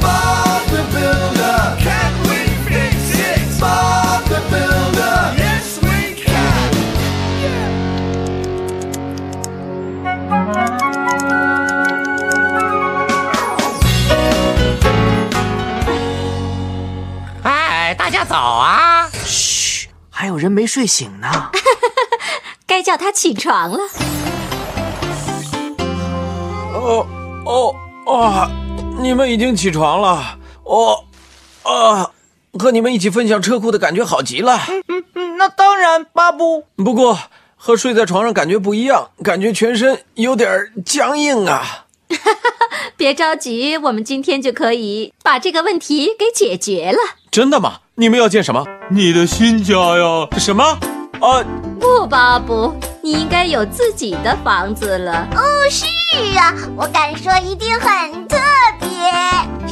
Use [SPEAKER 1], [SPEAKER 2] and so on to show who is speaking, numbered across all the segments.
[SPEAKER 1] Bob the Builder. Can we fix it? Bob the Builder. Yes, we can.
[SPEAKER 2] 哎，大家早啊！
[SPEAKER 3] 还有人没睡醒呢。
[SPEAKER 4] 该叫他起床了。
[SPEAKER 5] 哦哦哦！你们已经起床了，哦啊，和你们一起分享车库的感觉好极了。
[SPEAKER 3] 嗯，那当然，巴布。
[SPEAKER 5] 不过和睡在床上感觉不一样，感觉全身有点儿僵硬啊。
[SPEAKER 4] 别着急，我们今天就可以把这个问题给解决了。
[SPEAKER 5] 真的吗？你们要建什么？
[SPEAKER 6] 你的新家呀？
[SPEAKER 5] 什么？啊，
[SPEAKER 4] 不，巴布，你应该有自己的房子了。
[SPEAKER 7] 是啊，我敢说一定很特别，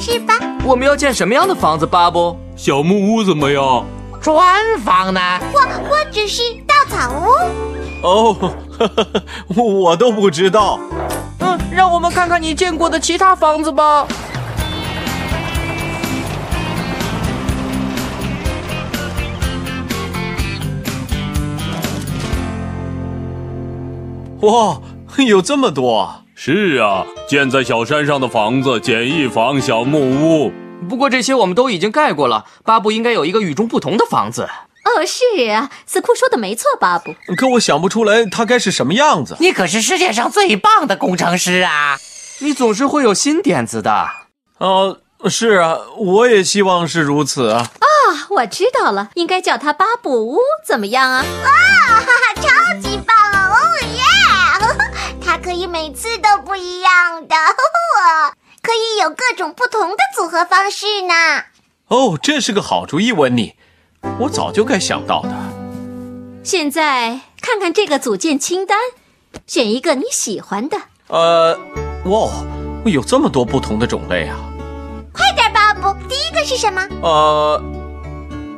[SPEAKER 7] 是吧？
[SPEAKER 3] 我们要建什么样的房子，巴布？
[SPEAKER 6] 小木屋怎么样？
[SPEAKER 2] 砖房呢？
[SPEAKER 7] 我我只是稻草屋，
[SPEAKER 5] 哦， 呵呵呵我都不知道。
[SPEAKER 3] 嗯，让我们看看你见过的其他房子吧。
[SPEAKER 5] 哇，有这么多啊！
[SPEAKER 6] 是啊，建在小山上的房子，简易房、小木屋。
[SPEAKER 3] 不过这些我们都已经盖过了，巴布应该有一个与众不同的房子。
[SPEAKER 4] 哦，是啊，斯库说的没错，巴布。
[SPEAKER 5] 可我想不出来它该是什么样子。
[SPEAKER 2] 你可是世界上最棒的工程师啊！
[SPEAKER 3] 你总是会有新点子的。
[SPEAKER 5] 哦、是啊，我也希望是如此啊。
[SPEAKER 4] 啊，我知道了，应该叫他巴布屋，怎么样啊？
[SPEAKER 7] 哈哈，超级棒哦！哦耶， 它可以每次都不一样的， 可以有各种不同的组合方式呢。
[SPEAKER 5] 哦，这是个好主意，温妮，我早就该想到的。
[SPEAKER 4] 现在看看这个组件清单，选一个你喜欢的。
[SPEAKER 5] 呃，哇，有这么多不同的种类啊！
[SPEAKER 7] 快点，巴布，第一个是什么？
[SPEAKER 5] 呃，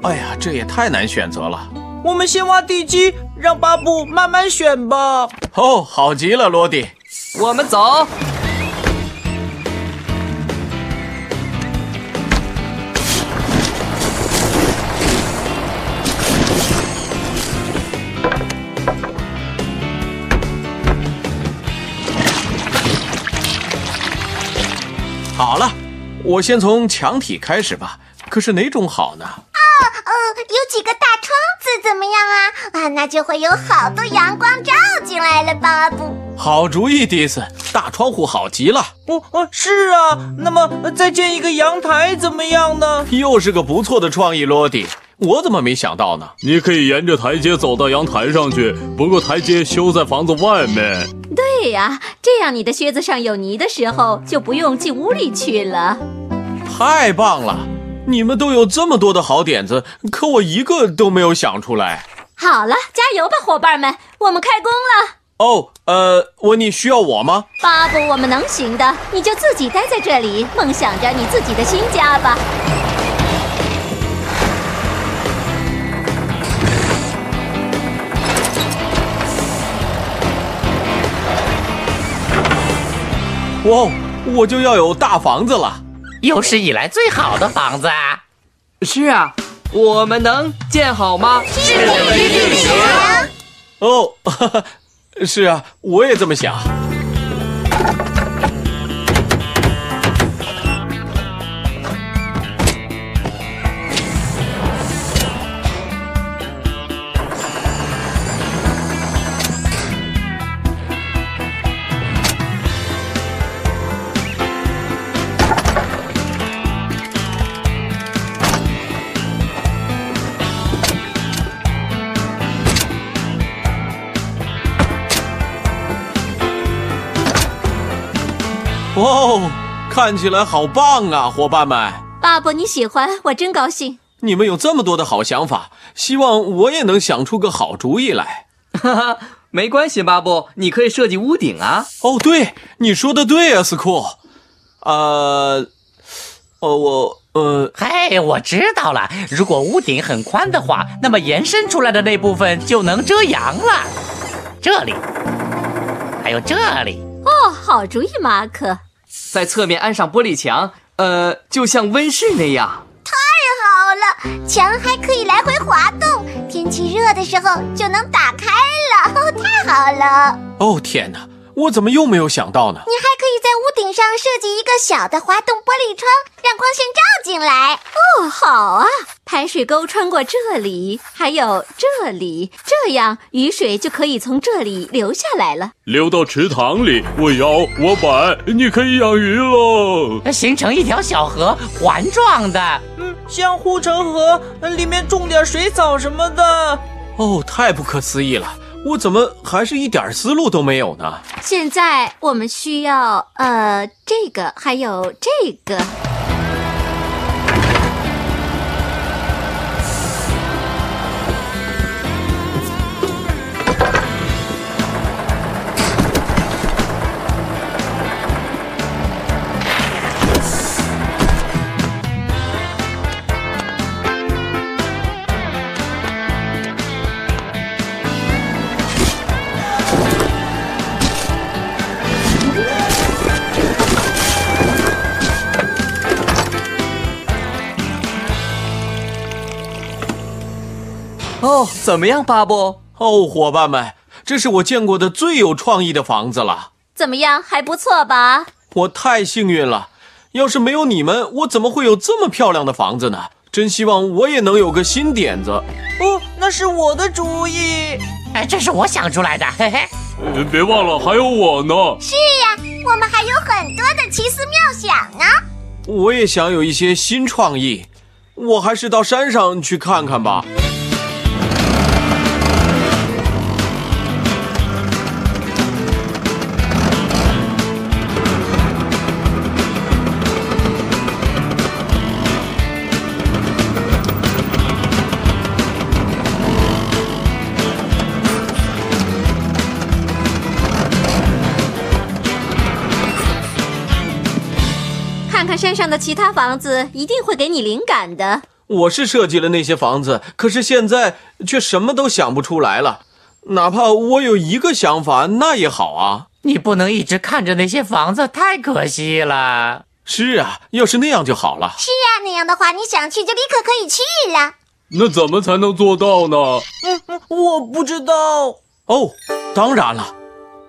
[SPEAKER 5] 哎呀，这也太难选择了。
[SPEAKER 3] 我们先挖地基，让巴布慢慢选吧。
[SPEAKER 5] 哦，好极了，罗迪。
[SPEAKER 3] 我们走。
[SPEAKER 5] 好了，我先从墙体开始吧。可是哪种好呢？
[SPEAKER 7] 呃，有几个大窗子怎么样啊？啊，那就会有好多阳光照进来了，巴布。
[SPEAKER 5] 好主意，迪斯，大窗户好极了，
[SPEAKER 3] 哦哦，是啊。那么再建一个阳台怎么样呢？
[SPEAKER 5] 又是个不错的创意，罗迪。我怎么没想到呢？
[SPEAKER 6] 你可以沿着台阶走到阳台上去，不过台阶修在房子外面。
[SPEAKER 4] 对呀、这样你的靴子上有泥的时候就不用进屋里去了。
[SPEAKER 5] 太棒了！你们都有这么多的好点子，可我一个都没有想出来。
[SPEAKER 4] 好了，加油吧，伙伴们，我们开工了。
[SPEAKER 5] 哦，呃，温妮需要我吗？
[SPEAKER 4] 巴布，我们能行的，你就自己待在这里，梦想着你自己的新家吧。
[SPEAKER 5] 哇，哦我就要有大房子了。
[SPEAKER 2] 有史以来最好的房子啊！
[SPEAKER 3] 是啊，我们能建好吗？
[SPEAKER 5] 哦， 哈哈，是啊，我也这么想。哇哦，看起来好棒啊，伙伴们！
[SPEAKER 4] 巴布，你喜欢，我真高兴。
[SPEAKER 5] 你们有这么多的好想法，希望我也能想出个好主意来。
[SPEAKER 3] 哈哈，没关系，巴布，你可以设计屋顶啊。
[SPEAKER 5] 哦，对，你说的对啊，斯库。呃，哦，我呃，
[SPEAKER 2] 嘿，我知道了，如果屋顶很宽的话，那么延伸出来的那部分就能遮阳了。这里，还有这里，
[SPEAKER 4] 哦，好主意，马可。
[SPEAKER 8] 在侧面安上玻璃墙，呃，就像温室那样。
[SPEAKER 7] 好了，墙还可以来回滑动，天气热的时候就能打开了，哦太好了！
[SPEAKER 5] 哦天哪，我怎么又没有想到呢？
[SPEAKER 7] 你还可以在屋顶上设计一个小的滑动玻璃窗，让光线照进来。
[SPEAKER 4] 哦，好啊！排水沟穿过这里，还有这里，这样雨水就可以从这里流下来了。
[SPEAKER 6] 流到池塘里，我摇我摆，你可以养鱼喽。
[SPEAKER 2] 形成一条小河，环状的。
[SPEAKER 3] 像护城河呃里面种点水草什么的。
[SPEAKER 5] 哦，太不可思议了，我怎么还是一点思路都没有呢？
[SPEAKER 4] 现在我们需要呃这个，还有这个。
[SPEAKER 8] 哦，怎么样，巴布？
[SPEAKER 5] 哦，伙伴们，这是我见过的最有创意的房子了，
[SPEAKER 4] 怎么样，还不错吧？
[SPEAKER 5] 我太幸运了。要是没有你们，我怎么会有这么漂亮的房子呢？真希望我也能有个新点子。
[SPEAKER 3] 哦，那是我的主意。
[SPEAKER 2] 哎，这是我想出来的，嘿嘿。
[SPEAKER 6] 呃别忘了还有我呢。
[SPEAKER 7] 是呀，我们还有很多的奇思妙想呢。
[SPEAKER 5] 我也想有一些新创意，我还是到山上去看看吧。
[SPEAKER 4] 看看山上的其他房子，一定会给你灵感的。
[SPEAKER 5] 我是设计了那些房子，可是现在却什么都想不出来了。哪怕我有一个想法，那也好啊。
[SPEAKER 2] 你不能一直看着那些房子，太可惜了。
[SPEAKER 5] 是啊，要是那样就好了。
[SPEAKER 7] 是呀，那样的话，你想去就立刻可以去了。
[SPEAKER 6] 那怎么才能做到呢？
[SPEAKER 3] 我不知道，
[SPEAKER 5] 哦，当然了，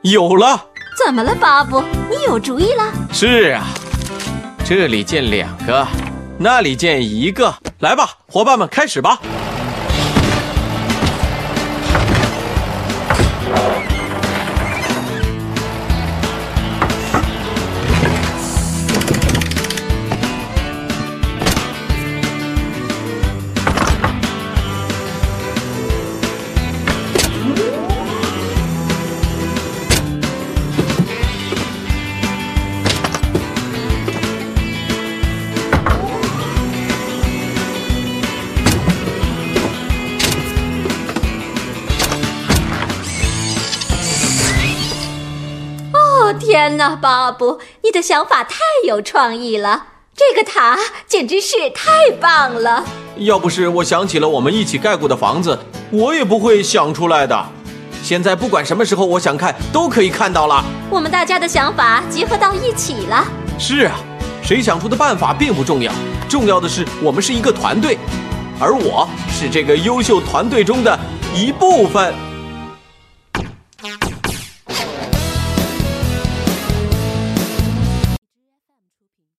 [SPEAKER 5] 有了。
[SPEAKER 4] 怎么了，巴布？你有主意了？
[SPEAKER 5] 是啊，这里建两个，那里建一个。来吧，伙伴们，开始吧。
[SPEAKER 4] 哦，天哪，巴布，你的想法太有创意了！这个塔简直是太棒了。
[SPEAKER 5] 要不是我想起了我们一起盖过的房子，我也不会想出来的。现在不管什么时候，我想看都可以看到了。
[SPEAKER 4] 我们大家的想法结合到一起了。
[SPEAKER 5] 是啊，谁想出的办法并不重要，重要的是我们是一个团队，而我是这个优秀团队中的一部分。